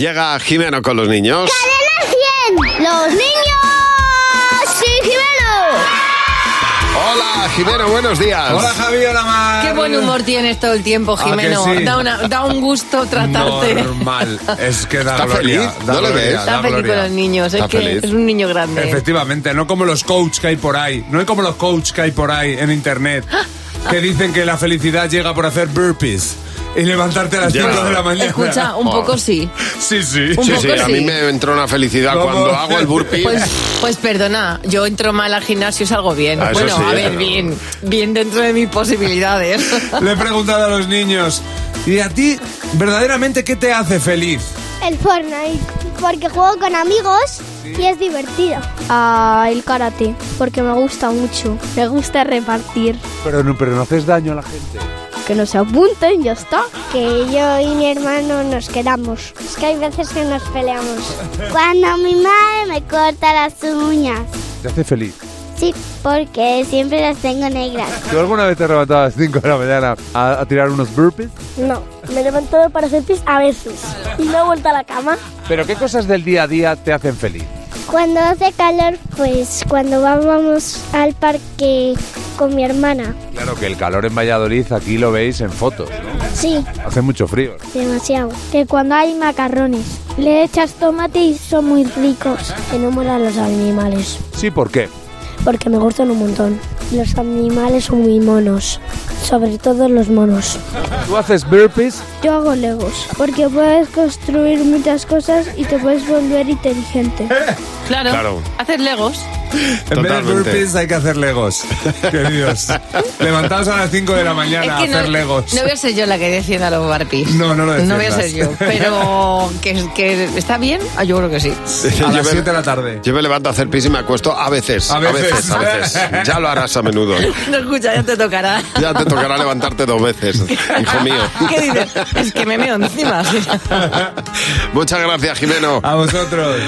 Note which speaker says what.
Speaker 1: Llega Jimeno con los niños.
Speaker 2: ¡Cadena 100! ¡Los niños! ¡Sí,
Speaker 1: Hola, Jimeno, buenos días.
Speaker 3: Hola Javi, hola Mar.
Speaker 4: Qué buen humor tienes todo el tiempo, Jimeno.
Speaker 3: Ah, que sí?
Speaker 4: da, una- da un gusto tratarte.
Speaker 3: Normal. Es que da
Speaker 1: ¿Está
Speaker 3: gloria,
Speaker 1: feliz?
Speaker 3: da
Speaker 1: ¿No le
Speaker 3: gloria,
Speaker 1: ves?
Speaker 3: da
Speaker 4: Está feliz
Speaker 3: gloria.
Speaker 4: con los niños. Es
Speaker 1: Está
Speaker 4: que
Speaker 1: feliz.
Speaker 4: es un niño grande. ¿eh?
Speaker 3: Efectivamente, no como los coach que hay por ahí. No hay como los coach que hay por ahí en internet que dicen que la felicidad llega por hacer burpees y levantarte a las
Speaker 1: Ya.
Speaker 3: 5 de la mañana.
Speaker 4: Escucha,
Speaker 3: Oh.
Speaker 4: un poco sí.
Speaker 3: Sí, sí.
Speaker 4: Un
Speaker 1: Sí,
Speaker 4: poco
Speaker 1: sí, a
Speaker 4: sí.
Speaker 1: mí me entró una felicidad
Speaker 3: ¿Cómo?
Speaker 1: cuando hago el burpee.
Speaker 4: Pues, pues perdona, yo entro mal al gimnasio y salgo bien.
Speaker 1: Ah, eso
Speaker 4: bueno,
Speaker 1: sí,
Speaker 4: a ver,
Speaker 1: pero-
Speaker 4: bien. Bien dentro de mis posibilidades.
Speaker 3: Le he preguntado a los niños, ¿y a ti verdaderamente qué te hace feliz?
Speaker 2: El Fortnite. Porque juego con amigos y es divertido.
Speaker 5: Ah, el karate, porque me gusta mucho. Me gusta repartir.
Speaker 3: Pero no, pero no haces daño a la gente.
Speaker 5: Que no se apunten, ya está.
Speaker 2: Que yo y mi hermano nos quedamos. Es que hay veces que nos peleamos. Cuando mi madre me corta las uñas.
Speaker 3: Te hace feliz.
Speaker 2: Sí, porque siempre las tengo negras.
Speaker 3: ¿Tú alguna vez te has levantado a las 5 de la mañana a, tirar unos burpees?
Speaker 5: No, me he levantado para hacer pis a veces. Y no he vuelto a la cama.
Speaker 3: ¿Pero qué cosas del día a día te hacen feliz?
Speaker 2: Cuando hace calor, pues cuando vamos al parque con mi hermana.
Speaker 3: Claro que el calor en Valladolid aquí lo veis en fotos. ¿no?
Speaker 2: Sí,
Speaker 3: Hace mucho frío.
Speaker 2: demasiado.
Speaker 5: Que cuando hay macarrones, le echas tomate y son muy ricos. Que no mueran los animales,
Speaker 3: Sí, ¿por qué?
Speaker 5: porque me gustan un montón. Los animales son muy monos, sobre todo los monos.
Speaker 3: Tú haces burpees,
Speaker 5: Yo hago legos, porque puedes construir muchas cosas y te puedes volver inteligente.
Speaker 4: Claro.
Speaker 1: Claro.
Speaker 4: Haces legos.
Speaker 3: en vez de
Speaker 1: Totalmente.
Speaker 3: burpees hay que hacer legos. Queridos, levantaos a las 5 de la mañana
Speaker 4: Es que
Speaker 3: a hacer
Speaker 4: no,
Speaker 3: legos.
Speaker 4: no voy a ser yo la que defienda a los barpis.
Speaker 3: No, no lo
Speaker 4: No voy
Speaker 3: defiendas.
Speaker 4: a ser yo. Pero que, que está bien, Ah, yo creo que sí.
Speaker 3: A
Speaker 1: Yo
Speaker 3: las
Speaker 1: me-
Speaker 3: 7 de la tarde.
Speaker 1: Yo me levanto a hacer pis y me acuesto a veces.
Speaker 3: A veces.
Speaker 1: a veces. a veces. Ya lo harás a menudo.
Speaker 4: No escucha, ya te tocará.
Speaker 1: Ya te tocará levantarte dos veces, hijo mío.
Speaker 4: ¿Qué dices? Es que me meo encima.
Speaker 1: Muchas gracias, Jimeno.
Speaker 3: A vosotros.